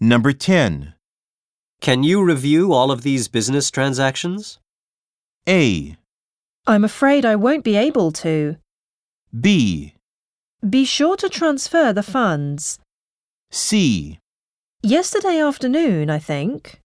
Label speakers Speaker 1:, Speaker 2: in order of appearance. Speaker 1: Number 10.
Speaker 2: Can you review all of these business transactions?
Speaker 1: A.
Speaker 3: I'm afraid I won't be able to.
Speaker 1: B.
Speaker 3: Be sure to transfer the funds.
Speaker 1: C.
Speaker 3: Yesterday afternoon, I think.